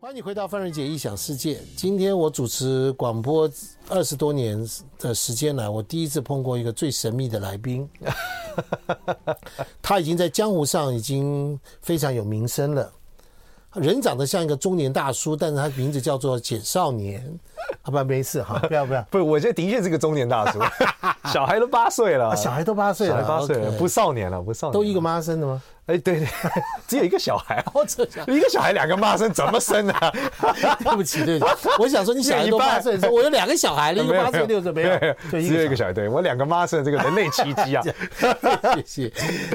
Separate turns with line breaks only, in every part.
欢迎你回到范瑞姐异想世界。今天我主持广播二十多年的时间来，我第一次碰过一个最神秘的来宾， 他已经在江湖上已经非常有名声了。人长得像一个中年大叔，但是他名字叫做简少年。好吧，没事 哈，不要不要。
不是，我觉得的确是个中年 大叔，小孩都八岁了，
啊小孩都八岁
小
了，
孩八岁了，
OK
不少年了，不少年了
都一个妈生的吗？
哎，对对，只有一个小孩，
哦，这下
一个小孩两个妈生怎么生啊？
对不起对不起，我想说你小孩都八 岁，说我有两个小孩了，一个八岁，六岁没有，就
只有一个小孩。对我两个妈生，这个人类奇 迹啊！
谢谢。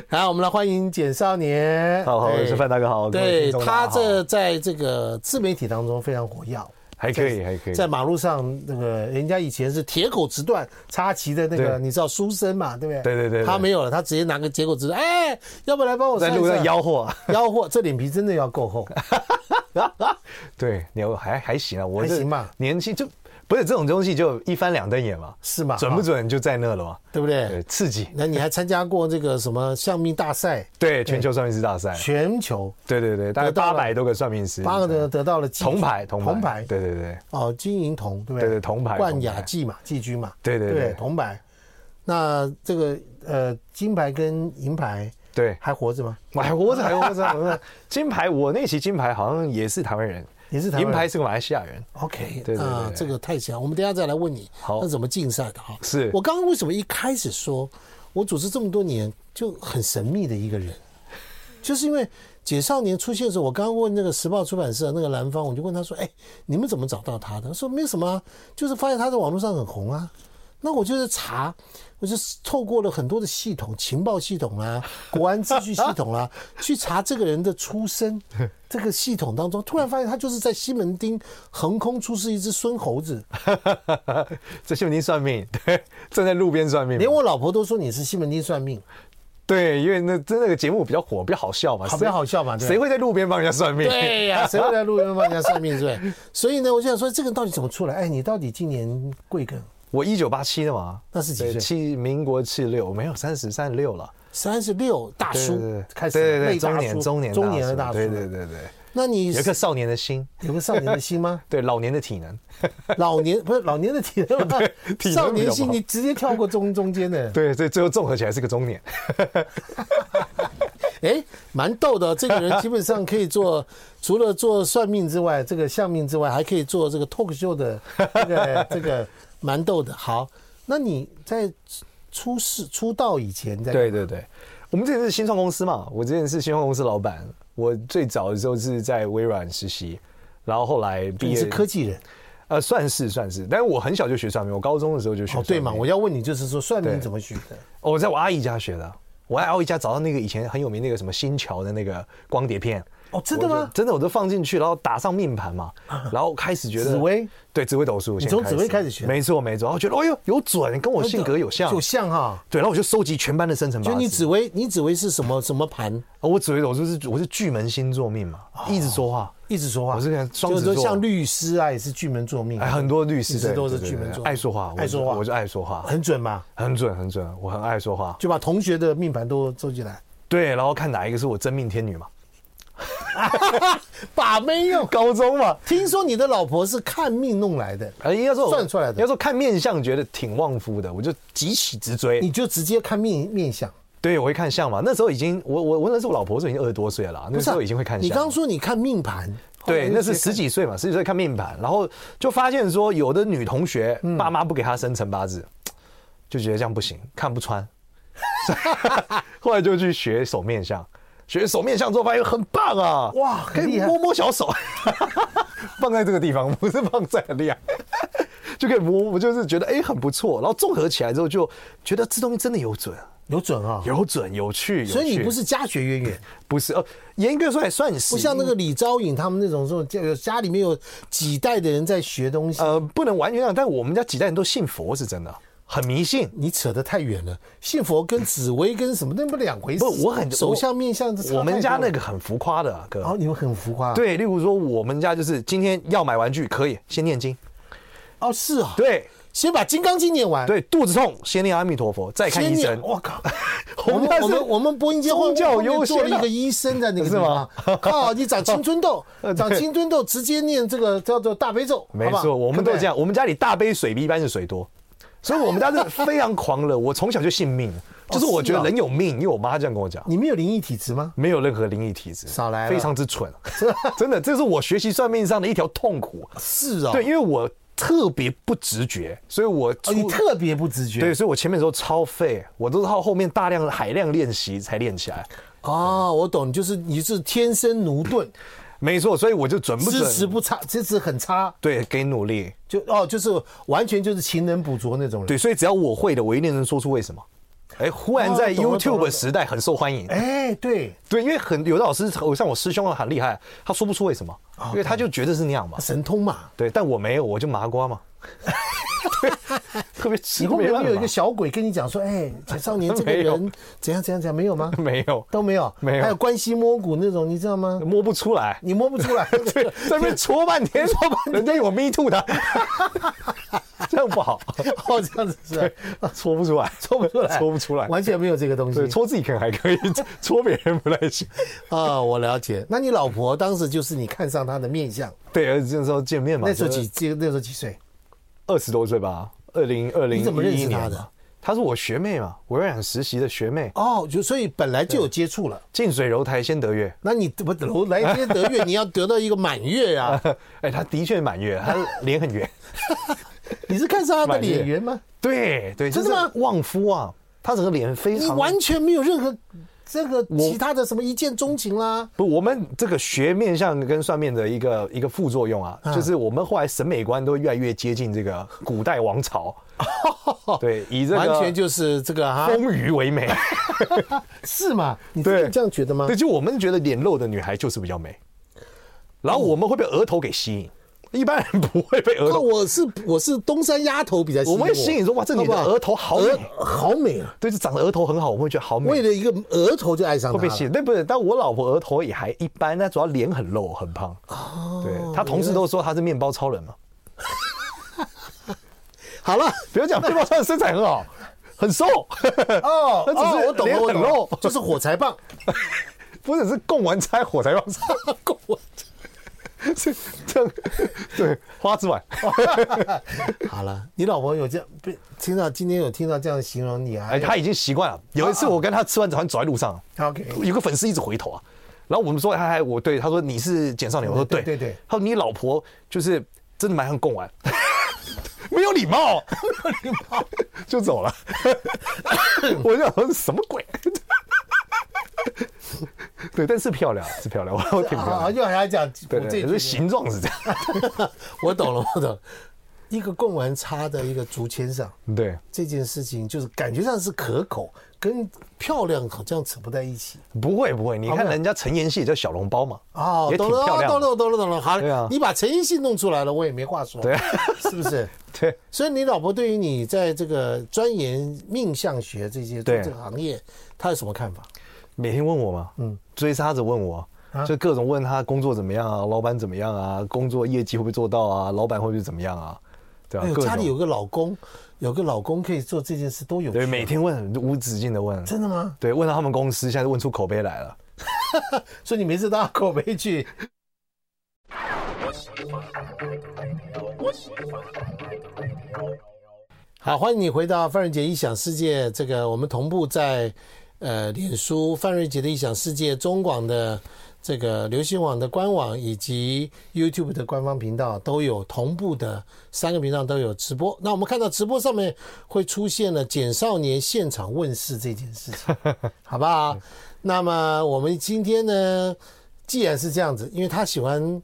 好，我们来欢迎简少年。
好好
对
我是范大哥好各位
对
听众大家
他
好
这在这个自媒体当中非常火药，
还可以，还可以。
在马路上那个人家以前是铁口直断插旗的那个，
对
你知道书生嘛，对不对？
对对对对
他没有了，他直接拿个铁口直断，哎，要不来帮我
在
算一
路上
算
吆喝，
吆喝，这脸皮真的要够 厚。
对，你还还行啊，我
还
这
行吧
年轻就不是这种东西，就一翻两瞪眼嘛，
是嘛
准不准就在那了嘛，
对不对
对，刺激。
那你还参加过这个什么相命大赛，
对，全球算命师大赛，
全球
对对对，大概
得到
八
了
百多个算命师，
八个呢得到了季军
铜牌，铜牌，
铜牌，
对对对，
哦，金银铜，对不对？
对对铜牌
冠
铜
亚
牌
季嘛，季军嘛，
对对对
铜牌。那这个呃，金牌跟银牌
对，
还活着吗？
我还活着，还活着，还活着。 金牌，我那期金牌好像也是台湾人，
也是台湾人
银牌是个马来西亚人。
OK，
对对
那
对
这个太强，我们等一下再来问你，
好
那怎么竞赛的哈？
是
我刚刚为什么一开始说，我主持这么多年就很神秘的一个人，就是因为解少年出现的时候，我刚刚问那个时报出版社那个蓝方，我就问他说：“哎，你们怎么找到他的？”他说：“没有什么、啊，就是发现他在网络上很红啊。”那我就是查，我就是透过了很多的系统，情报系统啦、国安秩序系统啦、去查这个人的出身。这个系统当中，突然发现他就是在西门町横空出世一只孙猴子，
在西门町算命，对，站在路边算命嘛。
连我老婆都说你是西门町算命，
对，因为那真那个节目比较火，比较好笑嘛，
好
谁
比较好笑嘛？对吧
谁会在路边帮人家算命？
对呀、 谁会在路边帮人家算命，是不是？ 所以呢，我就想说，这个到底怎么出来？哎，你到底今年贵庚？
我一九八七的嘛，
那是几岁
对七民国七六，没有三十三六了。
三十六，大
对
叔
对对
开始
对对对，
类大
中年
叔
中年
中年的大叔，
对对。对对，
那你
有一颗少年的心，？
有个少年的心吗
对老年的体能，
老年不是老年的体能吗
体能比较不好
少年心你直接跳过中中间 的，
对对，最后综合起来是个 中年。
哎，蛮逗的哦。这个人基本上可以做，除了做算命之外，这个相命之外，还可以做这个 talk show 的这个这个蛮逗的。好，那你在出世出道以前在
对对对， 我们之前是新创公司嘛，我之前是新创公司老板，我最早的时候是在微软实习，然后后来毕
你
业
是科技人
呃算是算是，但是我很小就学算命，我高中的时候就学
哦
算，
对
命。
嘛？我要问你，就是说算命
对
怎么学的？
哦我在我阿姨家学的，我在阿姨家找到那个以前很有名那个什么新桥的那个光碟片。
哦真的
我就
吗啊
真的，我都放进去，然后打上命盘嘛，然后开始觉得
紫微
对紫微斗数，我先
从紫微开始学
没错没错，然后觉得哎呦有准，跟我性格有像
有，像哈。
对，然后我就收集全班的生辰八字。
就你紫薇，你紫薇是什么什么盘？
哦，我紫微斗数是我是巨门星座命嘛，
哦
一直说话，
一直说话，
我是看双子
就是说
座
像律师啊，也是巨门座命，
哎，很多律
律
师
师
对
都是
对对
巨门
对
座
爱说话，我
爱说话
我就爱说话，
很准嘛，
很准很准，我很爱说话。
就把同学的命盘都收集来，
对，然后看哪一个是我真命天女嘛，
把妹用。
高中嘛，
听说你的老婆是看命弄来的，
哎，应该说我
算出来的
应该说看面相觉得挺旺夫的，我就急起直追
你。就直接看面面相，
对，我会看相嘛，那时候已经我我我那时候我老婆是已经二十多岁了啦，那
不是
时
啊、
候已经会看相。
你刚刚说你看命盘，
对，
后来
那
就是直接
十几岁嘛，十几岁看命盘，然后就发现说，有的女同学爸妈不给她生辰八字，就觉得这样不行，看不 穿。后来就去学手面相，学手面相之后发现很棒啊，
哇
可
很厉
以
害
摸摸小手，放在这个地方，不是放在很厉 害。就可以摸，我就是觉得哎、很不错，然后综合起来之后就觉得这东西真的有准，
有准啊、
有准有趣，有趣
所以你不是家学渊 源，
不是哦，严格说来算是
不像那个李昭颖他们那种说家家里面有几代的人在学东西，
呃，不能完全这样，但我们家几代人都信佛是真的，很迷信。
你扯得太远了。信佛跟紫薇跟什么那不两回事。
不，我很
手相
我
面相这差太多
我
了，
们家那个很浮夸的啊哥。
哦，你们很浮夸、，
对，例如说我们家就是今天要买玩具可以先念经，
哦是啊，
对，
先把《金刚经》念完，
对，肚子痛先念阿弥陀佛，再看
先
医
念
生。
我靠！我
我
们我们我们播音间后
宗教
后面
优
做了
先
一
啊
个医生在那个地
是
方
吗，，
靠，你长青春痘
呃 对
长青春痘直接念这个叫做大悲咒，
没
好不好
错，我们都这。
对不对
样。我们家里大杯水比一般是水多，所以我们家是非常 狂热。我从小就信命，就是我觉
是啊
得人有命，因为我妈这样跟我讲，
你们有灵异体质吗？
没有任何灵异体质，
少来了
非常之蠢，真的，这是我学习算命上的一条痛苦。
是哦，
对，，因为我特别不直觉，所以我
哦，
出
你特别不自觉。
对，所以我前面的时候超废，我都是靠后面大量海量练习才练起来。
哦，我懂，就是你是天生奴钝，
没错，所以我就准不
资质
准？
不差，资质很差，
对，给努力。
就哦，就是完全就是勤能补拙那种人。
对，所以只要我会的，我一定能说出为什么。哎，忽然在
哦懂了懂了
YouTube 时代很受欢迎。
哎，对，
对，因为很有的老师，我像我师兄啊很厉害，他说不出为什么，因为他就觉得是那样嘛。
神通嘛。
对，但我没有，我就麻瓜 嘛。对，特别
你
吃
后
没
面有
办
没有一个
法。
小鬼跟你讲说， 哎，简少年这个
没有
人怎样怎样怎样，没有吗？
没有，
都没有，
没有
还有关西摸骨那种，你知道吗？
摸不出来。
你摸不出 来，
对，在那边搓半天，搓半天，人家有 me too 的，这样不好，
哦，这样子是吧
搓不出来，搓不
出来
搓不出来。
完全没有这个东西
对，搓自己可能还可以， 搓别人不太行。
啊、我了解。那你老婆当时就是你看上她的面相，
对，而且那时候见面嘛，
那时候
就是
几几那时候几岁？
二十多岁吧，二零二零
你怎么认识她的
年嘛？她是我学妹嘛，微软实习的学妹。
哦，就所以本来就有接触了。
近水楼台先得月。
那你不楼来天得月，你要得到一个满月啊！
哎，她的确满月，她脸很圆。
你是看上她的
满月
脸圆吗？
对对，
真的吗
就是旺夫啊，她整个脸非
你
常。
完全没有任何这个其他的什么一见钟情啦，
不，我们这个学面相跟算命的一个一个副作用
嗯
啊，就是我们后来审美观都越来越接近这个古代王朝，对，以这
哦完全
个
就是这个哈，
丰腴为 美。
是吗？你真
对
的这样觉得吗
对，？就我们觉得脸露的女孩就是比较美，然后我们会被额头给吸引，一般人不会被额
那
头。
哦我是我是东山丫头比较吸引
我们会吸引说哇，这女
好不
的
好
额头好
额
美，
好美啊！
对，就长得额头很好，我们会觉得好美
为。了一个额头就爱上
嗯会
他
被
了
吸引，对不对？但我老婆额头也还一般，但主要脸很露，很胖。
哦
对，她同事都说她是面包超人嘛。
好了，
不要讲面包超人身材很好， 很瘦，
哦，
那只是
哦我懂了，
脸
我
很
懂 了
肉，
就是火柴棒，
不只是供完差火柴棒差，
够我
是这样对花枝丸。
好了，你老婆有这样被听到今天有听到这样形容你啊？啊
哎，她已经习惯了。有一次我跟她吃完早餐走在路上，啊
OK，
有个粉丝一直回头啊，然后我们说，嗨嗨，我对他说你是简少年，我说
对
对
对对
他说你老婆就是真的蛮像贡 丸，没有礼貌，没有礼貌 就走了， 我就想说什么鬼。 对，但是漂亮，是漂亮，我我挺漂
啊，
亮的。
又还要讲我
对
这
对，
一
可是
句，
形状是这样。
我懂了，我懂了。一个贡丸插的一个竹签上，
对，
这件事情就是感觉上是可口，跟漂亮好像扯不在一起。
不会不会，你看
啊没有
人家陈妍希也叫小笼包嘛，
哦，
也挺
懂了，
漂
哦
亮
懂
的。
了，懂了，懂了。好，
对啊
你把陈奕迅弄出来了，我也没话说，
对啊
是不是？
对，
所以你老婆对于你在这个钻研命相学这些
对
这个行业，她有什么看法？
每天问我嘛，嗯，追杀着问我，
啊
就各种问他工作怎么样啊，老板怎么样啊，工作业绩会不会做到啊，老板会不会怎么样啊，对吧、
哎呦，
各
家里有
种
个老公，有个老公可以做这件事，多有趣啊
对，每天问无止境的问，
真的吗？
对，问到他们公司现在问出口碑来了。
所以你每次到口碑去，好，欢迎你回到范瑞杰异想世界。这个我们同步在呃脸书范瑞杰的异想世界中广的这个流行网的官网以及 YouTube 的官方频道都有同步的三个频道都有直播。那我们看到直播上面会出现了简少年现场问世这件事情， 好不好？那么我们今天呢，既然是这样子，因为他喜欢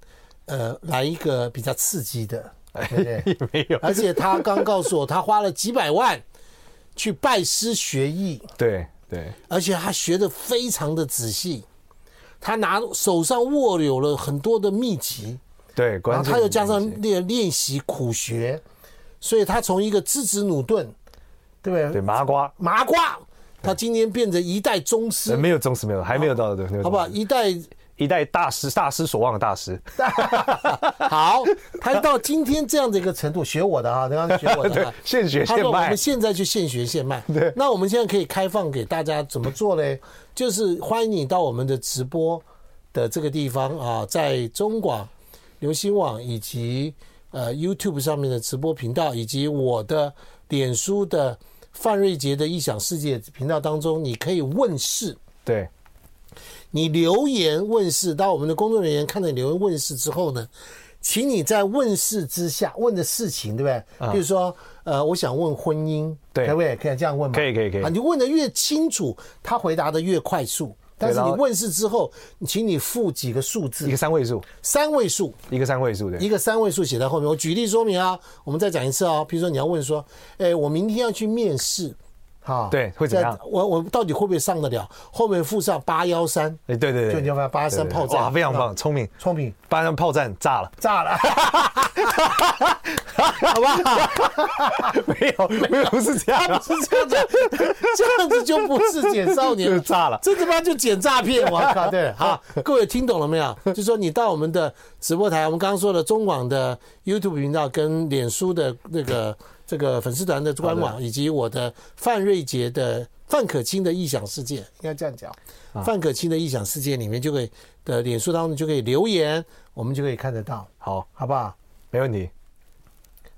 呃来一个比较刺激的，对不 对？啊
没有，
而且他刚告诉我，他花了几百万去拜师学艺，
对对，
而且他学的非常的仔细。他拿手上握有了很多的秘籍，
对，
然
关
后
键
他又
是
加上
这些
练练习苦学，所以他从一个资质努顿，对不对？
对麻瓜，
麻瓜，他今天变成一代宗师
呃，没有宗师没有，还没有到对，没有
好不好？
宗师？
一代
一代大师，大师所望的大师，
好，他到今天这样的一个程度，学我的啊，刚刚学我的、啊
对，现学
他说
现
我
卖
们。现在去现学现卖。
对
那我们现在可以开放给大家怎么做嘞？就是欢迎你到我们的直播的这个地方啊，在中广、流行网以及呃 YouTube 上面的直播频道，以及我的脸书的范瑞杰的异想世界频道当中，你可以问世。
对，
你留言问世，当我们的工作人员看到你留言问世之后呢，请你在问世之下问的事情，对不对？比如说，呃，我想问婚姻，
啊对
可不可以？可以这样问吗？
可以可以可以
啊，你问的越清楚，他回答的越快速。但是
然
你
后
问世之后，请你附几个数
一
字
个，三位数，
三位数，
一个三位数的。
一个三位数写在后面。我举例说明啊，我们再讲一次啊、比如说你要问说，哎，我明天要去面试，哈，
对会怎么
在
样
我我到底会不会上得了？后面附上八幺三，
哎，对对对，
就你要不要八
对
三
对
炮
对哇，
战嗯
非常棒，聪明，
聪明
八三炮战炸了，
炸了， 好不好？
没有没有不是这样
他
啊
不，是这样 讲，这样子就不是捡少年啊
就
了
是，炸了。
这他妈就捡诈骗！我 靠，对好，各位听懂了没有？就说你到我们的直播台，我们刚刚说的中广的 YouTube 频道跟脸书的那个这个粉丝团的官网，以及我的范瑞杰的范可清的异想世界，应该这样讲。
啊
范可清的异想世界里面就可以的脸书当中就可以留言，我们就可以看得到，
好，
好不好？
没问题。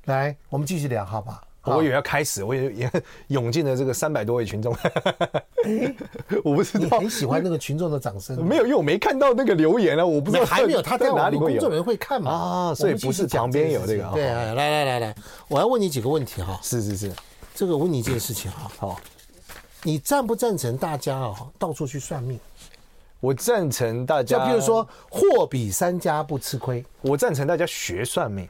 来，我们继续聊，好吧？好
我以为要开始，我以为也涌进了这个三百多位群众， 我不知
你
道
很，喜欢那个群众的掌声，
没有，因为我没看到那个留言啊，我不知
没
道
还没有，他在
在
我
哪
们
里会
工作人员
有。
会看嘛？
啊所
我
以
们继续
不是
讲
旁边
件事
有这
情
个啊
对，哎来来来来，我要问你几个问题哈。
是是是，
这个我问你一件事情哈，
好，
你赞不赞成大家啊到处去算命？
我赞成大
就
家，
比如，说货比三家不吃亏
我赞成大家学算命。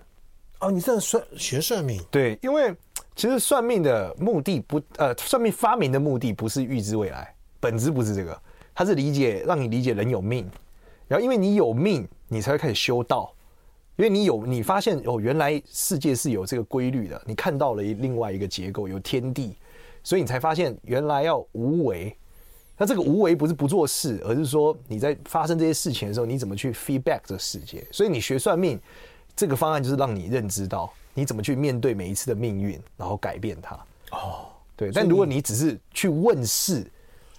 哦，你这样算学算命
对，因为其实算命的目的不，呃，算命发明的目的不是预知未来，本质不是这个，它是理解让你理解人有命，然后因为你有命，你才会开始修道，因为你有你发现哦，原来世界是有这个规律的，你看到了一另外一个结构，有天地，所以你才发现原来要无为。那这个无为不是不做事，而是说你在发生这些事情的时候，你怎么去 feedback 这个世界。所以你学算命，这个方案就是让你认知到你怎么去面对每一次的命运，然后改变它。哦，对。但如果你只是去问事，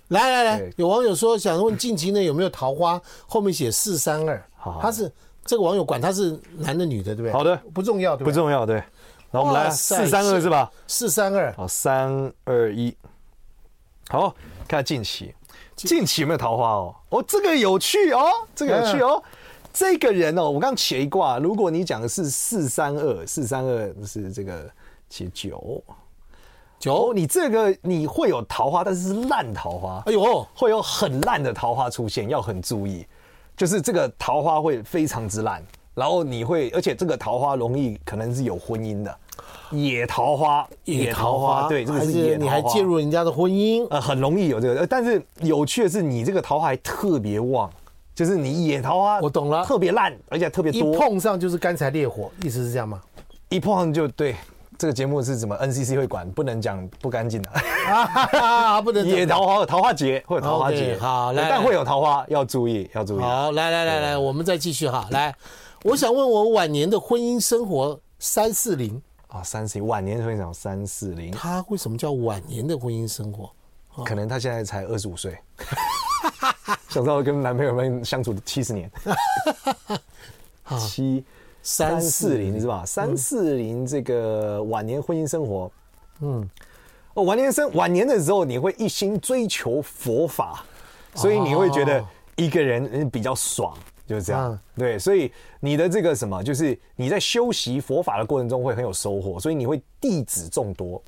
来来来
对，
有网友说想问近期内有没有桃花，后面写四三二
好，
他是这个网友管他是男的女的，对不对？
好的
不重要，对
不
不对？
重要，对。然后我们来
哇塞
四三二是吧？
四三二，
好，三二一，好，看近期，近期有没有桃花哦？哦，这个有趣哦，这个有趣哦。
嗯
这个人哦，我刚起了一卦，如果你讲的是四三二，四三二是这个起九
哦
九，你这个你会有桃花，但是是烂桃花，
哎呦，
会有很烂的桃花出现，要很注意，就是这个桃花会非常之烂，然后你会，而且这个桃花容易可能是有婚姻的，野桃花，对，这个
还
是野桃花，
你还介入人家的婚姻，
呃，很容易有这个，呃但是有趣的是，你这个桃花还特别旺，就是你野桃花，
我懂了
特别烂，而且特别
一
多，
碰上就是干柴烈火，意思是这 样吗？
一碰就对。这个节目是什么？NCC 会管，不能讲不干 净的。
啊，不能讲
野桃花、桃花节会有桃花节
OK，好来
但会有桃花，要注意，要注意。
好，来来来来，我们再继续哈。来，我想问我晚年的婚姻生活，三四零，
啊，三四零晚年会长三四零，
它为什么叫晚年的婚姻生活？
可能他现在才二十五岁， 想到跟男朋友们相处七十年，七
三
三四
四嗯
零是吧？三四零这个晚年婚姻生活，嗯，哦，晚年生晚年的时候，你会一心追求佛法，所以你会觉得
哦
一个人嗯比较爽。就是这样
啊，
对，所以你的这个什么，就是你在修习佛法的过程中会很有收获，所以你会弟子众多，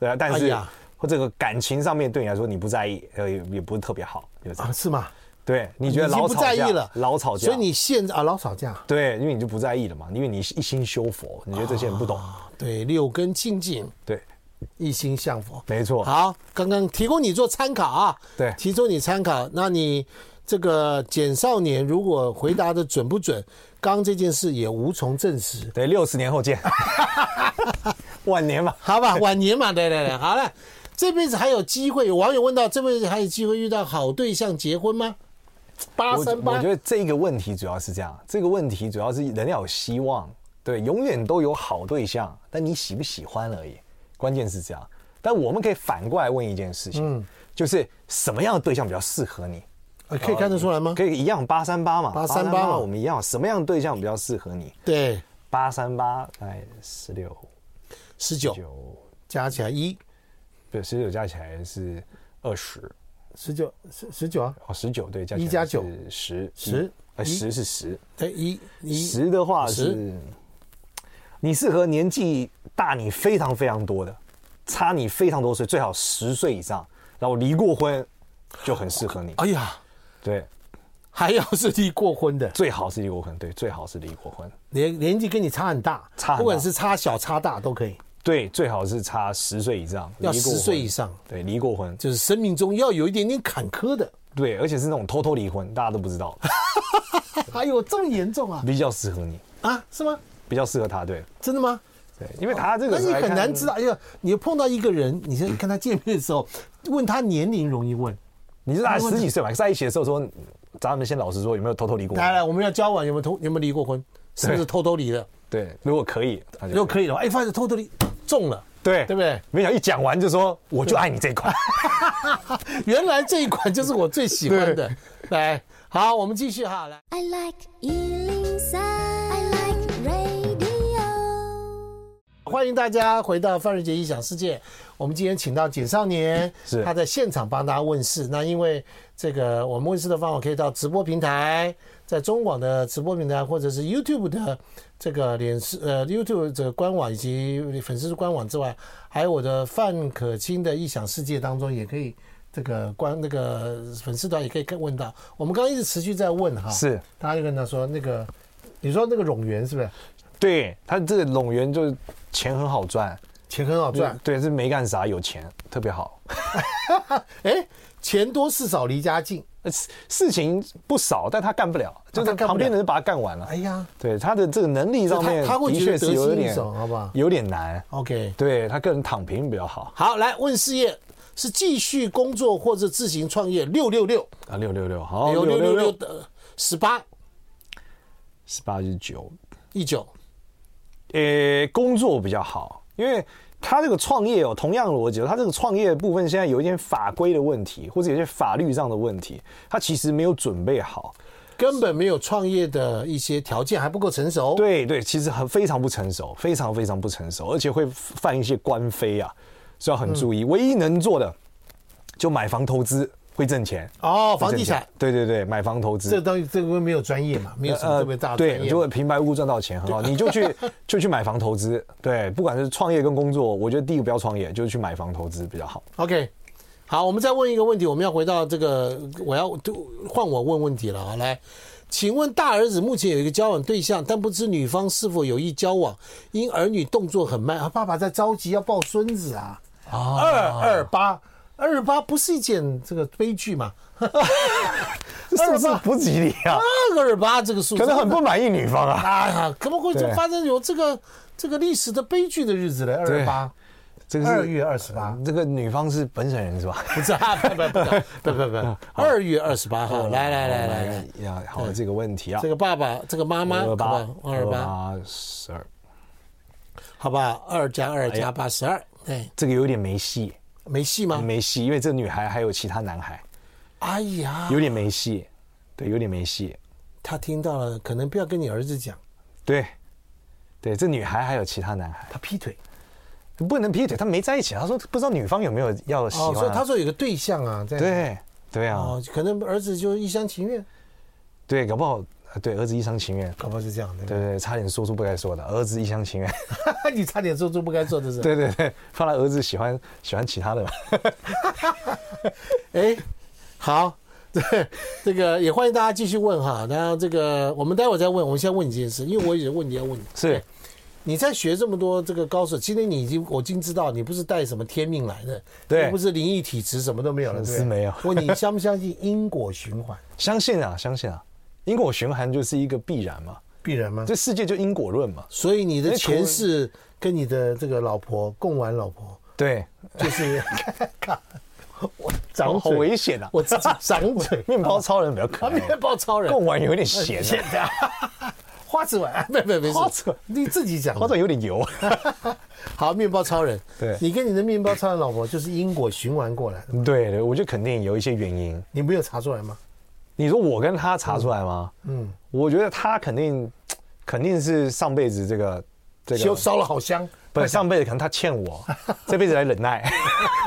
对啊，但
哎
是
呀
或这个感情上面对你来说你不在意，呃，也也不是特别好，就是这样
啊，是吗？
对，你
你
觉得
已经
老
不
吵
在意
架
了，
老吵架，
所以你现在啊老吵架，
对，因为你就不在意了嘛，因为你一心修佛，你觉得这些人不懂，
对，六根清净，
对，
一心向佛。
没错，
好，刚刚提供你做参考啊，
对
提供你参考。那你这个简少年如果回答的准不准，刚刚这件事也无从证实。
对，六十年后见， 晚年嘛，
好 吧，晚年嘛，对对对，好了，这辈子还有机会。有网友问到，这辈子还有机会遇到好对象结婚吗？八
我
三
我
八
觉，得这个问题主要是这样，这个问题主要是人要有希望，对，永远都有好对象，但你喜不喜欢而已，关键是这样。但我们可以反过来问一件事情，
嗯
就是什么样的对象比较适合你？
呃可以看得出来吗？
可以一样八三八嘛，
838嘛
838我们一样，什么样的对象比较适合你？
对，
八三八哎，十六
十九
九，
加起来一，
对，十九加起来是二十，
十九十十九啊，
哦，十九对，加
一加九
十
十
哎，
一
十是十，
对一一
十的话是
十，
你适合年纪大你非常非常多的，差你非常多岁，最好十岁以上，然后离过婚就很适合你。
哎呀，
对，
还要是离过婚的，
最好是离过婚，对，最好是离过婚，
年年纪跟你差很大，
差很大
不管是差小差大都可以，
对，最好是差十岁以上，
要
离
十
过婚
岁以，上，
对，离过婚，
就是生命中要有一点点坎坷 的。
对，而且是那种偷偷离婚，大家都不知道，
哎呦，这么严重啊？
比较适合你，
啊，是吗？
比较适合他，对，
真的吗？
对，因为他 这
那
个
你
来
很
看
难知道，因为你碰到一个人，你在跟他见面的时 候，问他年龄容易问。
你是大概十几岁嘛，在一起的时候说，咱们先老实说，有没有偷偷离过？啊
来来，我们要交往，有没有偷有没有离过婚？是不是偷偷离的？
对，如果可以，那就
如果可以的话，哎，发现偷偷离中了，
对
对不对？
没想到一讲完就说，我就爱你这一 款。
原来这一款就是我最喜欢的。来，好，我们继续哈，来。
I like Ealing Sound. I like radio.
欢迎大家回到范瑞杰异想世界。我们今天请到简少年，
是
他在现场帮大家问世。那因为这个我们问世的方法可以到直播平台，在中广的直播平台，或者是 YouTube 的这个脸视呃 YouTube 这个官网以及粉丝官网之外，还有我的范可清的异想世界当中也可以。这个关那个粉丝团也可以看问到，我们刚刚一直持续在问哈，
是，
大家就跟他说那个，你说那个冗员是不是
对他这个拢源就是钱很好赚，
钱很好赚？
对，是没干啥，有钱特别好。
哎，钱多事少离家近。
呃事事情不少，但他干不了，就是
他干不了
旁边的人把啊他干完了。
哎呀，
对他的这个能力上面，
他他会
的
觉得
确是
得
有
心应
点
手好不好
有点难。
，OK，
对他个人躺平比较好
好，来问事业是继续工作或者自行创业，六六六
啊，六六六好，
有六六
六
六的十八
十八十九，
一九，
呃，工作比较好，因为他这个创业有同样的逻辑，他这个创业部分现在有一点法规的问题，或者有一些法律上的问题，他其实没有准备好。
根本没有创业的一些条件，还不够成熟。，
对对，其实很非常不成熟，非常非常不成熟，而且会犯一些官非啊，
嗯
所以要很注意。唯一能做的就买房投资会挣钱，
哦，房
会挣
地
钱
产，
对对对，买房投资
这个东西，这个没有专业嘛，没有什么特别大的
呃对，
专业
如
嘛。
果平白无故赚到钱很好，你就去就去买房投资。对，不管是创业跟工作，我觉得第一个不要创业，就是去买房投资比较好。
OK，好，我们再问一个问题，我们要回到这个，我要就换我问问题了啊！来，请问大儿子目前有一个交往对象，但不知女方是否有意交往，因儿女动作很慢啊，爸爸在着急要抱孙子啊，二二八。二八不是一件这个悲剧嘛？
这是不是不吉利啊？
二二八这个数字
可能很不满意女方啊。
啊呀，怎么会
对
发生有这个这个历史的悲剧的日子呢？二
对
二八，
这个
二
是
月二十八，
这个女方是本省人是吧？
不是啊，不不不不不不，二月二十八号， 来来来来来，
呀，好这个问题啊，
这个爸爸，这个妈妈，好
二
不
八
好？二二八，
十二，
好不好？二加二加八十二，哎，
这个有点没戏，
没戏吗？
没戏，因为这女孩还有其他男孩，
哎呀，
有点没戏，对，有点没戏，
他听到了，可能不要跟你儿子讲，
对，对，这女孩还有其他男孩，
他劈腿
不能劈腿，他没在一起，他说不知道女方有没有要喜
哦，
欢
所以
啊，
他说有个对象啊，在
对，对啊，
哦，可能儿子就一厢情愿，
对，搞不好呃对儿子一厢情愿，
搞不好是这样的。
对对，差点说出不该说的，儿子一厢情愿，
你差点做出不该做的事。
对对对，怕他儿子喜欢喜欢其他的 吧，
哎，好， 对，这个也欢迎大家继续问哈。然后这个我们待会儿再问，我们先问你这件事，因为我有问题要问你。
是
你在学这么多这个高手，今天你已经我已经知道你不是带什么天命来的，
对
又不是灵异体质，什么都没有了，对不
是
对
没有
问你相不相信因果循环？
相信啊，相信啊，因果循环就是一个必然嘛。
必然吗？
这世界就因果论嘛，
所以你的
那除了
前世跟你的这个老婆共玩老婆，
对，
就是靠我掌
好
嘴，
危险 啊！
我自己掌
。
嘴
面包超人比较可
啊，
爱，
面包超 人，
贡丸有 点咸啊，
的、花子碗，啊没没没事，
花子
你自己讲
包
的。
子有点油。
好，面包超人，
对
你跟你的面包超人老婆就是因果循环过来的，
对对，我觉得肯定有一些原因。
你没有查出来吗？
你说我跟他查出来吗？
嗯，
我觉得他肯定肯定是上辈子这个这
就
个
烧了好香，
不是上辈子可能他欠我， 这辈子来忍耐，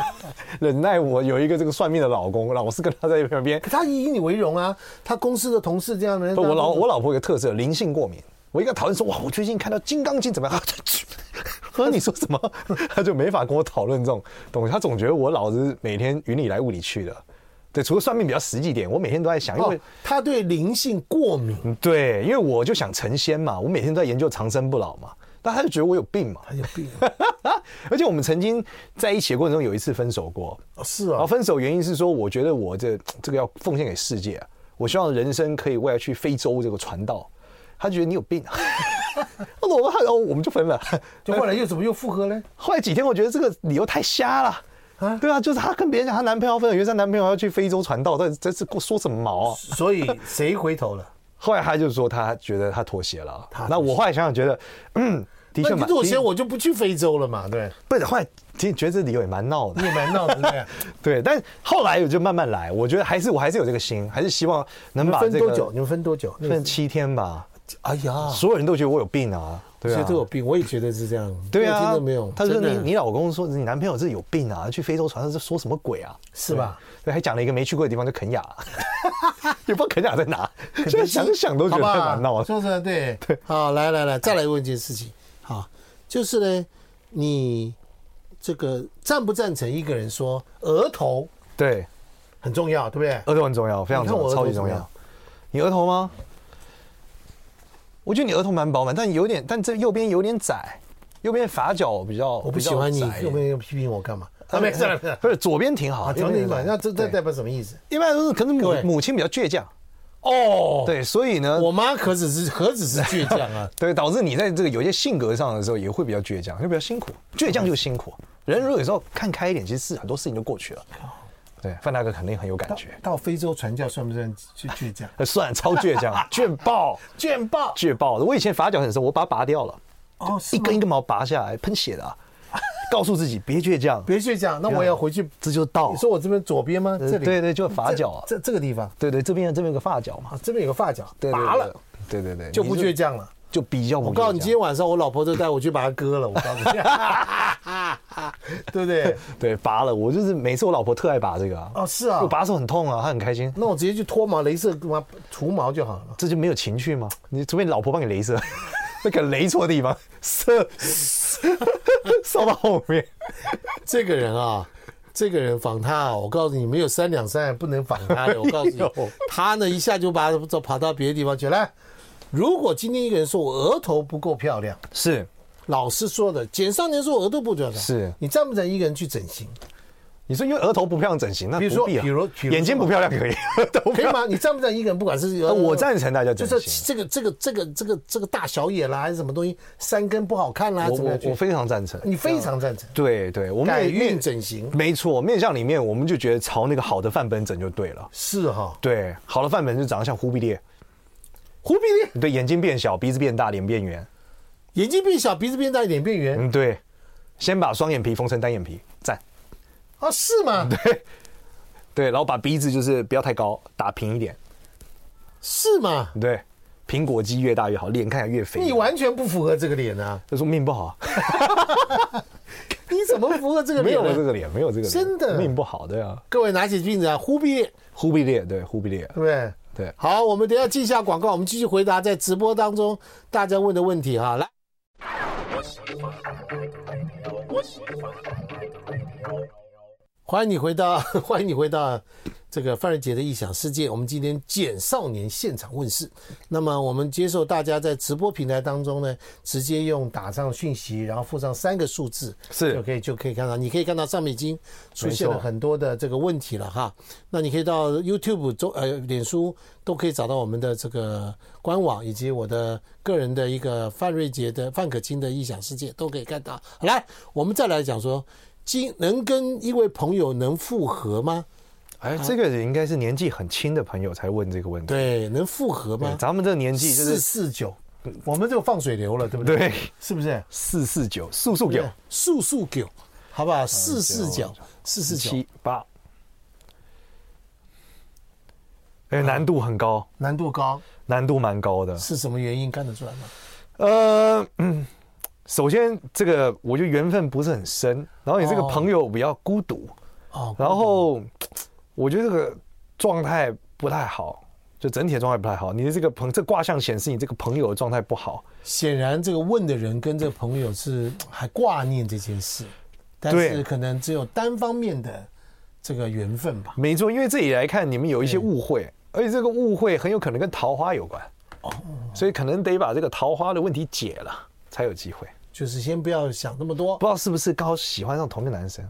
忍耐我有一个这个算命的老公，老是跟他在旁边。
他以你为荣啊，他公司的同事这样的人，
不我老
大家都
我老婆有个特色，灵性过敏。我一跟她讨论说，哇，我最近看到《金刚经》怎么样？ 和你说什么？他就没法跟我讨论这种东西，他总觉得我老是每天云里来雾里去的。对，除了算命比较实际一点，我每天都在想，因为
哦，他对灵性过 敏，
嗯，对，因为我就想成仙嘛，我每天都在研究长生不老嘛，但他就觉得我有病嘛，啊
他有哎病、啊
而且我们曾经在一起的过程中有一次分手过，
哦是
然后
啊，
分手原因是说，我觉得我这这个要奉献给世界啊、我希望人生可以未来去非洲这个传道，他觉得你有病、啊， 他说我哦我们就分了，
就后来又怎么又复合嘞？
后来几天我觉得这个理由太瞎了。
啊
对啊，就是她跟别人讲她男朋友分了，原来她男朋友要去非洲传道，但这是说什么毛啊？
所以谁回头了？
后来他就说他觉得他妥协了啊
他妥。协
那我后来想想觉得，嗯，的确
那你
蛮
妥协，
的
我就不去非洲了嘛，对，
不是后来其实觉得这理由也蛮闹的
你。也蛮闹的 对不
对，但后来我就慢慢来，我觉得还是我还是有这个心，还是希望能
对？
把
分
这个
多久？你们分多久？那个
分七天吧。
哎呀，
所有人都觉得我有病啊，对
谁
啊
都，有病，我也觉得是这样。我
对
听
啊
到没有？，
他说
真
你
的
你老公说你男朋友是有病啊，去非洲船上这说什么鬼啊？
是吧？
对，还讲了一个没去过的地方，叫肯 雅，也不知道肯雅在哪，现在想想都觉得
好吧
蛮闹的。
说说对对，好，来来来，再来问一件事情，好，就是呢，你这个赞不赞成一个人说额头
对，
很重要，对不对？
额头很重要，非常
你看
重
我
要，
额
超
头
级
怎
重
么样
要。你额头吗？我觉得你额头蛮饱满，但有点，但这右边有点窄，右边发角比较，
我不
比较
喜欢你
窄，一
有
点
没有批评我干嘛？啊， 没事了，没事了
不是左边挺好
啊，，调理
右
嘛，
边
那这这
对
代表什么意思？
一般都是可能
各
母
位
母亲比较倔强，
哦，
对，所以呢，，
我妈可只是何止是倔强啊
对，导致你在这个有些性格上的时候也会比较倔强，就比较辛苦，倔强就辛苦。
嗯
人如果有时候看开一点，其实很多事情就过去了。
哦
对，范大哥肯定很有感觉，
到非洲传教算不算倔倔强？
呃算了超倔 强， 倔爆，
卷爆
倔爆的。我以前发角很深，我把它拔掉了，
哦，是
一
吗
根一根毛拔下来，喷血的啊、告诉自己别倔强，
别倔强，那我也要回去。
这就到
你。说我这边左边吗？
呃
这里
对对，就发角啊，
这这这个地方
对对，这边这边有个发角嘛，
啊，这边有个发角，
对对
拔了，
对对对，
就不
你
倔，强了。
就比较不
我
倔强。
告诉你，今天晚上我老婆就带我去把它割了，我告诉 你，对不对？
对拔了，我就是每次我老婆特爱拔这个啊，
哦，是啊
我，拔的时候很痛啊，她很开心。
那我直接去脱毛、镭射，干嘛除毛就好了嘛。
这就没有情趣吗？你除非你老婆帮你镭射，那个镭错地方，射射射到后面。
这个人啊，这个人仿他啊，我告诉你，没有三两三不能仿他 的。我告
哎
诉你，他呢一下就把他跑到别的地方去了。来如果今天一个人说我额头不够漂亮，
是，
老师说的，简少年说我额头不漂亮，
是
你赞不赞成一个人去整形？
你说因为额头不漂亮整形，那
比如说
不必啊
比如比如说
眼睛不漂亮可以，额 头
可以吗？你赞不赞成一个人，不管是
呃我赞成大家
就
整
是
形。
这个这个这个这个这个大小眼啦，还是什么东西，三根不好看啦，
我
怎么样
我
去
我非常赞成。
你非常赞成
对对，我们
改
也
运整形
没错，面相里面我们就觉得朝那个好的范本整就对了。
是哈？
对，好的范本就长得像忽必烈，
忽必烈
对，眼睛变小，鼻子变大，脸变圆。
眼睛变小，鼻子变大，脸变圆
嗯，对，先把双眼皮缝成单眼皮，赞。
啊？是吗？
对，然后把鼻子就是不要太高，打平一点。
是吗？
对，苹果肌越大越好，脸看起来越肥。
你完全不符合这个脸啊！
他说命不好，
你怎么符合这个
没
脸
有
呢？
这个脸，没有这个脸，
真的
命不好，对啊。
各位拿起镜子啊，忽必烈，
忽必烈，对，忽必烈
对，不对？
对。
好，我们等一下记一下广告，我们继续回答在直播当中大家问的问题哈。来，欢迎你回到， 欢迎你回到这个范儿姐的异想世界。我们今天简少年现场问世，那么我们接受大家在直播平台当中呢，直接用打上讯息，然后附上三个数字，
是
就可以就可以看到，你可以看到上面已经出现
没
了
错
很多的这个问题了哈。那你可以到 YouTube 中呃脸书都可以找到我们的这个官网，以及我的个人的一个范瑞杰的范可清的异想世界都可以看到。好来，我们再来讲说，今能跟一位朋友能复合吗？
哎，这个应该是年纪很轻的朋友才问这个问题。
对，能复合
对
吗？
咱们这个年纪就
四
是
四九，我们就放水流了，对不对？
对
是不是？
四四九、四四九
对、速速九，好不好？四四九，嗯四四九
七，八。哎，难度很高，
难度高，
难度蛮高的。
是什么原因看得出来吗？
呃，嗯，首先这个我觉得缘分不是很深，然后你这个
哦
朋友比较孤独，
哦，
然后我觉得这个状态不太好，就整体的状态不太好。你的这个朋这卦象显示你这个朋友的状态不好，
显然这个问的人跟这个朋友是还挂念这件事，但
对
是可能只有单方面的这个缘分吧。
没错，因为这里来看你们有一些误
嗯
会，而且这个误会很有可能跟桃花有关，
哦
所以可能得把这个桃花的问题解了才有机会。
就是先不要想那么多
不，知道是不是刚好喜欢上同一个男生，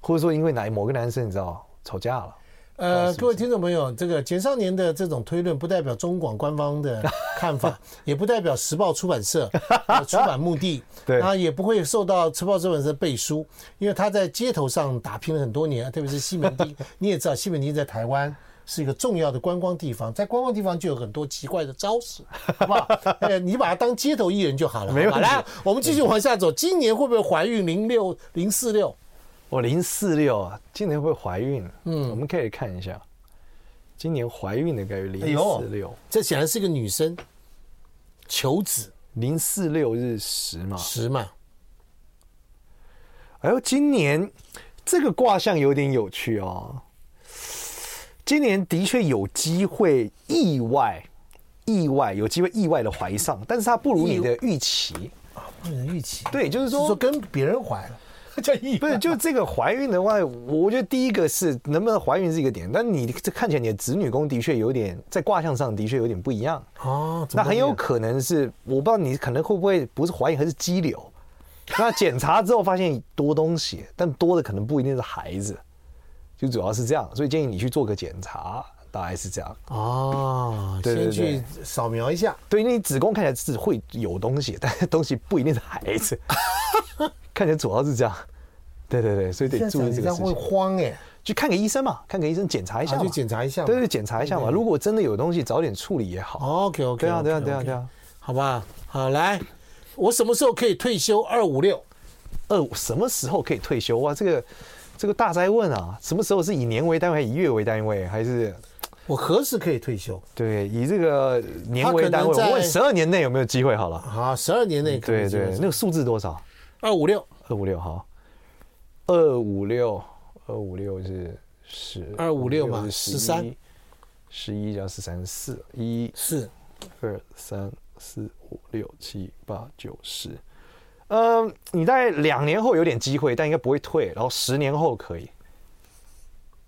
或者说因为哪某个男生你知道吵架了。
呃，各位听众朋友，这个简少年的这种推论不代表中广官方的看 法，也不代表时报出版社的出版目的，
对
啊，也不会受到时报出版社背书，因为他在街头上打拼了很多年，特别是西门 町，你也知道西门町在台湾。是一个重要的观光地方，在观光地方就有很多奇怪的招式，好 不好？呃，你把它当街头艺人就好了。
没问
好
题
来，我们继续往下走。今年会不会怀孕零六零四六？
我哦零四六啊，今年会不会怀孕？嗯，我们可以看一下，今年怀孕的概率
哎
零
呦
四六，
这显然是一个女生，求子
零四六日十嘛。
十嘛。
哎呦，今年这个卦象有点有趣哦。今年的确有机会意外，意外有机会意外的怀 上，但是它不如你的预期。
不能预期。
对，就是
是说
说，
跟别人怀了， 叫意
不是就这个怀孕的话，我觉得第一个是能不能怀孕是一个点，但你这看起来你的子女宫的确有点在卦象上的确有点不一样。
哦，怎
那
么
很有可能是，我不知道你可能会不会不是怀疑，还是 肌瘤。那检查之后发现多东西，但多的可能不一定是孩子，就主要是这样，所以建议你去做个检查，大概是这样。
哦，
对对
先去扫描一下，
对，因为你子宫看起来是会有东西，但是东西不一定是孩 子，看起来主要是这样。对对对，所以得
现在
注
讲
意
你这
这个
样
事
会
情，
慌哎，
去看个医生嘛，看个医生检查一下
啊
嘛，
去检查一哦下嘛。
对对，检查一下嘛。如果真的有东西，早点处理也好。
，OK OK，
对啊对啊对啊对啊，
好吧，好来，我什么时候可以退休？二五六，
二我什么时候可以退休哇？这个这个大灾问啊！什么时候是以年为单位，还是以月为单位，还是
我何时可以退休？
对以这个年为单
他可能
位？
在
我问十二年内有没有机会好了。
啊，十二年内可
对
以
对，那个数字多少？
二五六，
二五六好，二五六，二五六是十，
256嘛13，
十一加十三四，一
是
二三四五六七八九十。嗯，你在两年后有点机会，但应该不会退，然后十年后可以。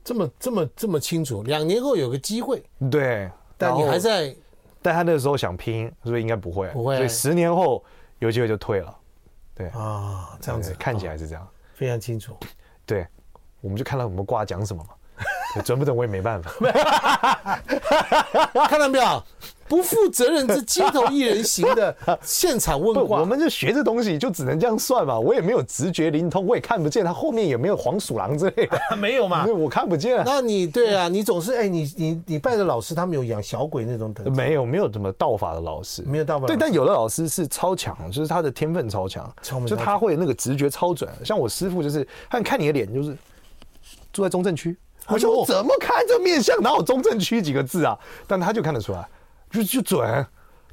这么这么这么清楚，两年后有个机会，
对，
但你
然后
还在
但他那个时候想拼，所以应该不会，
不会
所以十年后有机会就退了。对，
啊，这样子
对看起
来
来是这样。
非常清楚。
对，我们就看到我们卦讲什么嘛，对准不准我也没办法。
看到没有？不负责任之街头艺人型 的现场问
不，
话
我，们就学这东西，就只能这样算嘛。我也没有直觉灵通，我也看不见他后面有没有黄鼠狼之类的，
没有 嘛
因为我看不见啊。
那你对啊，你总是哎，你你你拜的老师他们有养小鬼那种等级，
没有，没有什么道法的老师，
没有道法
对，
老师
但有的老师是超强，就是他的天分超强，
超门
就
超
他会那个直觉超准。像我师傅就是，他看你的脸就是住在中正区，我说
呦
我怎么看这面相哪有中正区几个字啊？但他就看得出来，就就准，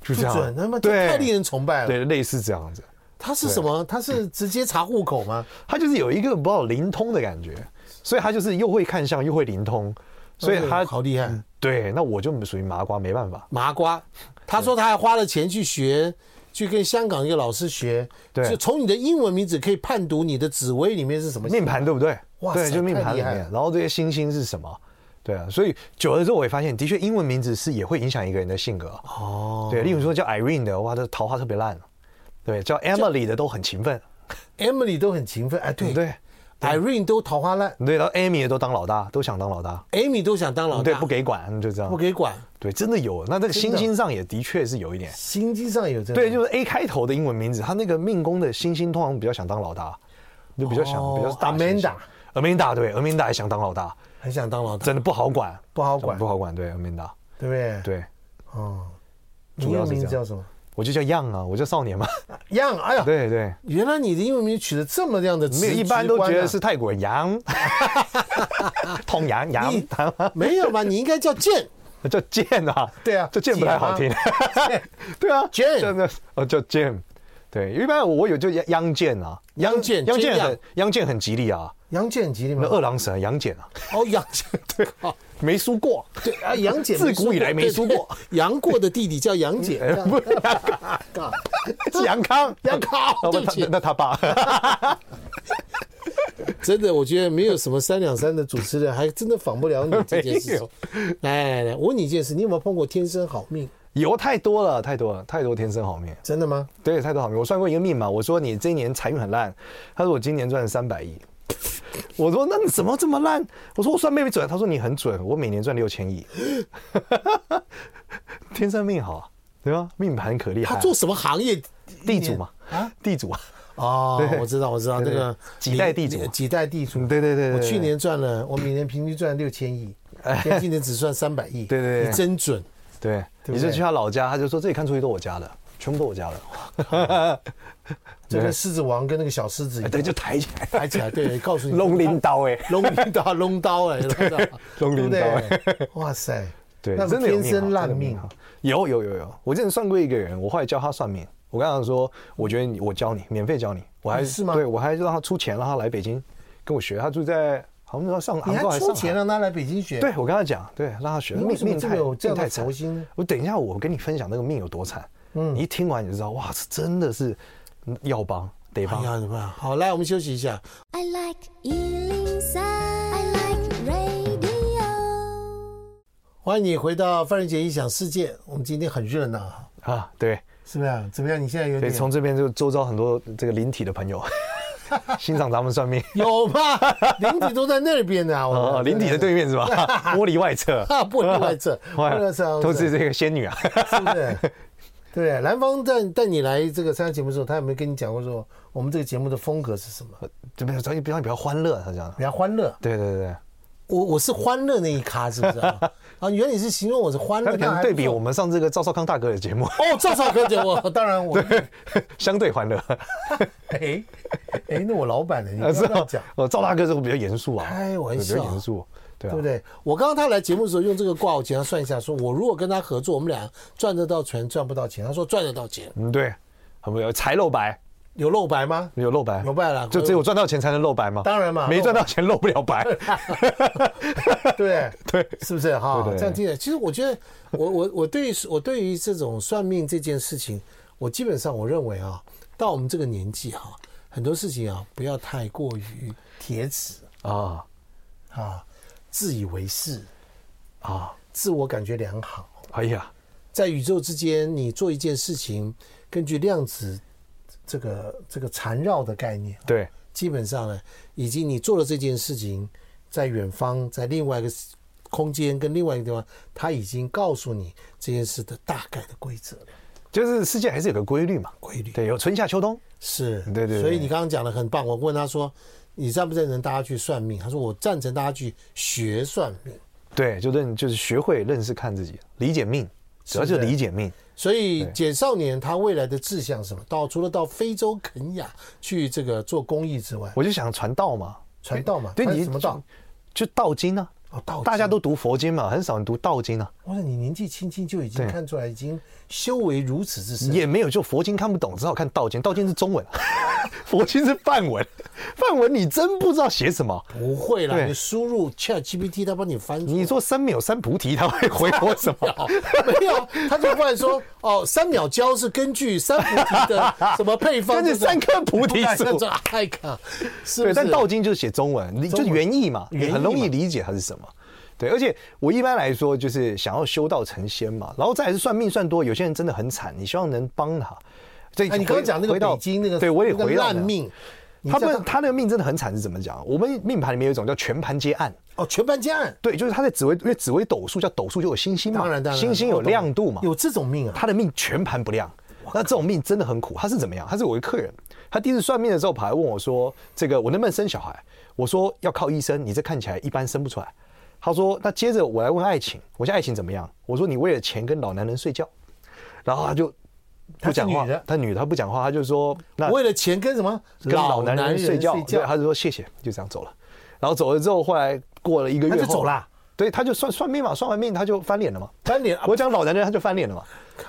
就
不
这样，
准，他妈这
对，
太令人崇拜了。
对，类似这样子。
他是什么？他是直接查户口吗？
他就是有一个不知道灵通的感觉，所以他就是又会看相又会灵通，所以他
嗯好厉害，
对，那我就属于麻瓜，没办法。
麻瓜。他说他还花了钱去学，去跟香港一个老师学，
对
就从你的英文名字可以判读你的紫薇里面是什么。
命盘对不对？
哇
对，
塞
就命盘里
太厉害
面
了，
然后这些星星是什么？对啊，所以久了之后，我也发现，的确英文名字是也会影响一个人的性格。
哦
对，例如说叫 Irene 的，哇，这桃花特别烂。对，叫 Emily 的都很勤奋，
，Emily 都很勤奋，哎，对
嗯对对，
，Irene 都桃花烂
对，然后 Amy 的都当老大，都想当老大，
，Amy 都想当老大，
嗯对，不给管，就这样
不。给管，
对，真的有，那这个星星上也的确是有一点。
心机上有这
对，就是 A 开头的英文名字，他那个命宫的星星通常比较想当老大，就比较想
哦
比较是大星星
Amanda。
Amanda 对，Amanda 也想当老大，
很想当老大，
真的不好管，
不好管
不好管。对，明达，
对不对？，
对
哦，你
主
英
要
文
是
名字
这样
叫什么？
我就叫 Young 啊，我叫少 年嘛。
样，哎呀，
对对，
原来你的英文名取得这么样的直，
没有一般都
直观啊
觉得是泰国人 羊，痛羊羊
你，
啊
没有吧？你应该叫剑，
叫剑啊，
对啊
这剑不太好听。 对啊
Jane
真的哦叫 Jam，对，一般我我有就央央剑啊，
央剑
央
健
剑
将
很央剑很吉利啊，
杨戬吉利吗
那？二郎神杨戬啊，
哦，杨 戬，对
没输过，
对啊，杨戬
自古以来没输过。
对对杨过的弟弟叫杨啊戬，
不 是 是杨 康，
杨康
哦不
对不
他
起
那那他爸，
真的，我觉得没有什么三两三的主持人，还真的仿不了你这件 事情。来来来，我问你一件事，你有没有碰过天生好命？
有太多了，太多了，太多天生好命，
真的吗？
对，太多好命。我算过一个命嘛，我说你这一年财运很烂，他说我今年赚了三百亿。我说那你怎么这么烂？我说我算没准，他说你很准，我每年赚六千亿， 天生命好，对吧？命盘可厉害
他
了，
做什么行业？
地主嘛，啊，地主啊，
哦，我知道，我知道，那
对对
个
几代地主
几代地主
嗯。对对对对
我
对
去年赚了，我每年平均赚六千亿，现在今年只赚三百亿。
对对对
你真准。
对，
不
你就
对
去他老家，他就说这里看出去都我家的，全部都我 家的，
这跟狮子王跟那个小狮子一
哎
样
对，就抬起来，
抬起来，对，告诉你
龙鳞刀哎，
龙鳞刀，龙刀哎，龙刀，
龙鳞刀哎
对不对哇塞，
对，
那
真的有
天
命啊
生
好
烂
真的
命
好。有有有有，我之前算过一个人，我后来教他算命，我跟他说，我觉得你我教你，免费教你，我还
你哦是吗
对我还让他出钱让他来北京跟我学，他住在好像上
你
杭州还
还
是
出
上
钱
海。
让他来北京学？
对，我跟他讲，对，让他学。
你为什么
命
这
太
么有这样
命
的
太惨
佛心呢
我等一下，我跟你分享那个命有多惨。嗯，你一听完你就知道，哇，这真的是嗯要帮得
哎
帮。
呀，怎么办？好，来，我们休息一下。
I like Ealing Sound. I like radio.
欢迎你回到范仁杰异想世界。我们今天很热闹啊，
啊，对，
是不是啊？怎么样？你现在有
所以
点
从这边就周遭很多这个灵体的朋友 欣赏咱们算命。
有吧？灵体都在那边呢、啊。
哦，
我
灵体的对面是 吧？玻璃外侧，
啊，不能外 侧，不能外侧，
都是这个 仙女啊。
是不是？对，蓝方带带你来这个参加节目的时候，他有没有跟你讲过说我们这个节目的风格是 什么？
这边咱比较比较欢乐，他讲。
比较欢乐，
对对对，
我我是欢乐那一咖，是不 是啊？啊，原来你是形容我是欢
他
乐，
可
那还
能
不
对比
错
我们上这个赵少康大哥的节目，
哦，赵少哥姐，我 当然我
相对欢乐，
哎哎，那我老 板呢？你不要
是
这样
吧
讲，？
哦，赵大哥这个比较严肃啊，
开玩笑
比较严肃，对啊
对不，对？我刚刚他来节目的时候用这个卦，我简单算一下，说我如果跟他合作，我们俩赚得到钱，赚不到钱。他说赚得到钱，
嗯对，很有财露白，
有露白吗？
有露白，
有露白啦
就只有赚到钱才能露白吗？
当然嘛
没赚到钱露不 了白。
对
对
是不是哈
对？对
这样听起来，其实我觉得我我我对于我对于这种算命这件事情，我基本上我认为啊，到我们这个年纪哈、很多事情啊不要太过于铁齿
啊
啊，自以为是，
啊，
自我感觉良好。
哎呀，
在宇宙之间，你做一件事情，根据量子这个这个缠绕的概念，啊
对，
基本上呢，以及你做了这件事情，在远方，在另外一个空间跟另外一个地方，它已经告诉你这件事的大概的规则了
就是世界还是有个规律嘛，
规律。
对，有春夏秋冬，
是，
对对对
所以你刚刚讲的很棒。我问他说，你赞不赞成大家去算命？他说我赞成大家去学算命。
对，就认就是学会认识看自己，理解命，主要
是
就
不是
理解命。
所以简少年他未来的志向是什么？到除了到非洲肯雅去这个做公益之外，
我就想传道嘛，
传道嘛，
对
传
你
什么道？？
就就道经啊，
哦，道经
大家都读佛经嘛，很少人读道经啊，
哇，你年纪轻轻就已经
对
看出来，已经修为如此之深。
也没有就佛经看不懂，只好看道经。道经是 中文，佛经是梵文，梵文你真不知道写什么。
不会啦，
对
你输入 Chat GPT，他帮你翻出来。
你说三秒三菩提，他会回我什么？
没有？他就过来说，哦，三秒胶是根据三菩提 的什么配方？
根据
这种
三颗菩提 树
那种哎呀， 是不是？
对，但道经就写中文，你就
中文
原意嘛，
原意
你
嘛
很容易理解它是什么。对，而且我一般来说就是想要修道成仙嘛，然后再来是算命算多，有些人真的很惨，你希望能帮他。对，
哎，你刚刚讲那个
回到
北京那个，
对我也
那个
回到
烂
那
命，你
他
知道
们他那个命真的很惨是怎么讲？我们命盘里面有一种叫全盘皆暗，
哦，全盘皆暗。
对，就是他在紫微，因为紫微斗数叫斗数就有星星嘛，
当然，当然，
星星有
我懂
亮度嘛，
有这种命啊？
他的命全盘不亮。那这种命真的很苦。他是怎么样？他是我一个客人，他第一次算命的时候跑来问我说：“这个我能不能生小孩？”我说：“要靠医生，你这看起来一般生不出来。”他说：“那接着我来问爱情，我现在爱情怎么样？”我说：“你为了钱跟老男人睡觉。”然后他就不讲
她
话
是女的，
他女的她不讲话，他就说：“那
为了钱跟什么
跟老男人
人
睡觉。”对，他就说谢谢，就这样走了。然后走了之后，后来过了一个月
他
后
就走啦。啊
对，他就算算命嘛，算完命他就翻脸了嘛。
翻脸，
我讲老男人他就翻脸了嘛，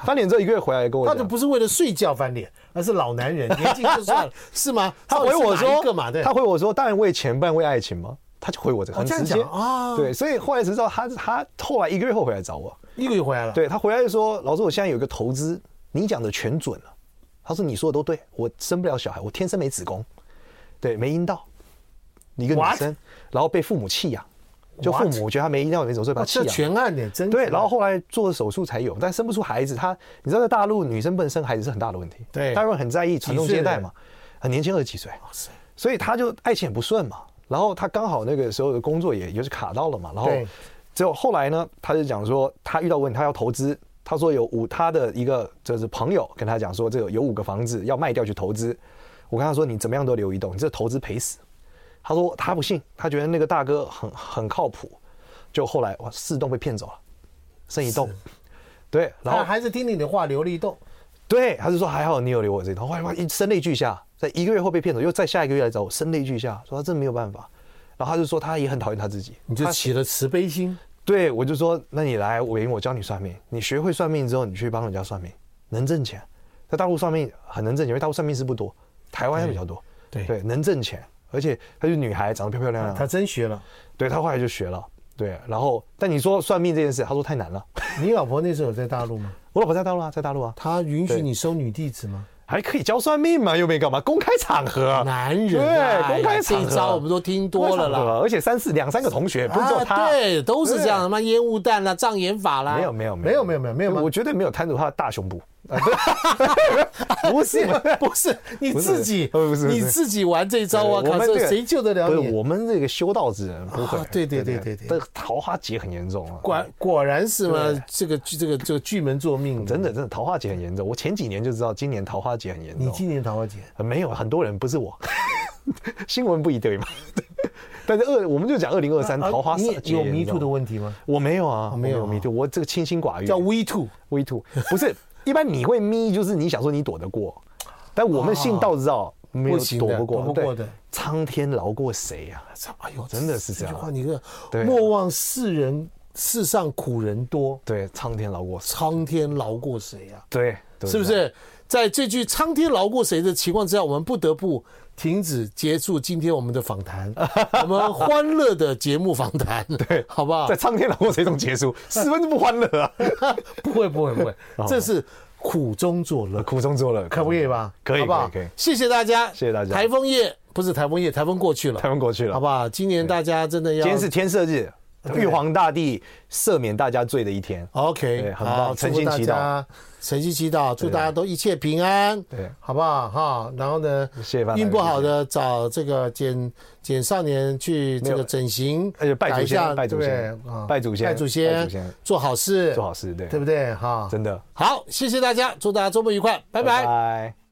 翻脸之后一个月回来跟我
他
讲，
都不是为了睡觉翻脸，而是老男 人年轻就算了，是吗？
他回我说
干嘛的？
他回我说，当然为钱，不然为爱情吗？他就回我这
哦
个，很
这样
直
讲
接
啊
对，所以后来才知道他他后来一个月后回来找我，
一个月回来了，，
对他回来就说，老师，我现在有一个投资，你讲的全准了。他说你说的都对，我生不了小孩，我天生没子宫，对，没阴道，一个女
What？
生，然后被父母弃养，就父
What？
母觉得她没阴道也没什么，所以把
哦、
她弃
这
养。
全案呢，真
对，
全
然后后来做手术才有，但生不出孩子。她你知道在大陆女生不能生孩子是很大的问题，
对
大陆人很在意传宗
几岁
接
的
代嘛，很年轻二十几岁，
塞
所以她就爱情也不顺嘛。然后她刚好那个时候的工作也也是卡到了嘛，然后
对
最后后来呢，她就讲说她遇到问题，她要投资。她说有五，她的一个就是朋友跟她讲说，这个有五个房子要卖掉去投资。我跟她说你怎么样都留一栋，你这投资赔死。她说她不信，她觉得那个大哥很很靠谱。就后来哇，四栋被骗走了，剩一栋。对，然
他
后
还是听你的话，流了一动。
对，他就说还好你有留我这一套，哇哇一声泪俱下，在一个月后被骗走，又在下一个月来找我，声泪俱下，说他真的没有办法。然后他就说他也很讨厌他自己，
你就
他
起了慈悲心，
对我就说那你来伟英，我教你算命，你学会算命之后，你去帮人家算命，能挣钱。在大陆算命很能挣钱，因为大陆算命师不多，台湾还比较多，
对
对，能挣钱，而且她是女孩，长得漂漂亮亮的，
他真学了。
对她后来就学了，对，然后但你说算命这件事，她说太难了。
你老婆那时候有在大陆吗？
我老婆在大陆啊，在大陆啊，
她允许
对
你收女弟子吗？
还可以教算命嘛，又没干嘛，公开场合，
男人啊，
对，公
哎
开
呀这
场
一
合，
招我们都听多了啦。，
而且三四两三个同学，不是只有他，
啊对，都是这样，
对
什么烟雾弹啦、障眼法啦，
没有没有
没有没有没有没有吗
我绝对没有贪图他的大胸 部，啊对不是
不是你
不是
自己，
呃不是不是
你自己玩这招啊，
对
卡
这
斯
个
谁救得了
不是
你？
我们这个修道之人不会
啊，对对对对对
这桃花劫很严重啊，
果果然是嘛
对，
这个这个这个巨门作命，
真的。真的桃花劫很严重，我前几年就知道今年桃花劫很严
你
重，
今年桃花劫，
呃没有很多人不是我， 新闻不一对嘛， 但是二我们就讲二零二三桃花
啊
劫
你
严重
有迷途的问题吗？
我没有啊，我
没
没
有啊
有迷途，我这个清心寡欲。
叫 V two，
V two，不是一般你会咪，就是你想说你躲得过，但我们信道知道没有
啊不行的
躲不过，
躲不过
对
的
苍天饶过谁呀？
哎呦，
真的是这样
句话你
对
这
啊
莫忘世人世上苦人多，
对，苍天饶过谁？
苍天饶过谁呀？
对，对啊
是不？是？在这句“苍天饶过谁”的情况之下，我们不得不停止结束今天我们的访谈， 我们欢乐的节目访谈，对，好不好
在？苍天饶过谁中结束，十分之不欢乐啊！
不会，不会，不会， 这是 苦中作乐，
苦中作乐，
可不可以吧？
哦可以，
好不好？
可以，可以。
谢谢大家，
谢谢大家
台风夜不是台风夜，台风过去了，
台湾过去了，
好不好？今年大家真的要
今天是天赦日，玉皇大帝赦免大家罪的一天。
OK，
对很
好
棒诚
祝福
心
大
祈祷
家，诚心祈祷，祝大家都一切平安，
对
好不好哈？然后呢，
谢谢范大哥
运不好的找这个简简少年去这
没
个
有
整形，
而且拜祖
改一
先
下
拜祖
对不
先
对啊
拜祖先
拜祖
拜祖
先
先，
做好事，
做好事对
对不对哈？
真的，
好，谢谢大家，祝大家周末愉快，拜拜
拜。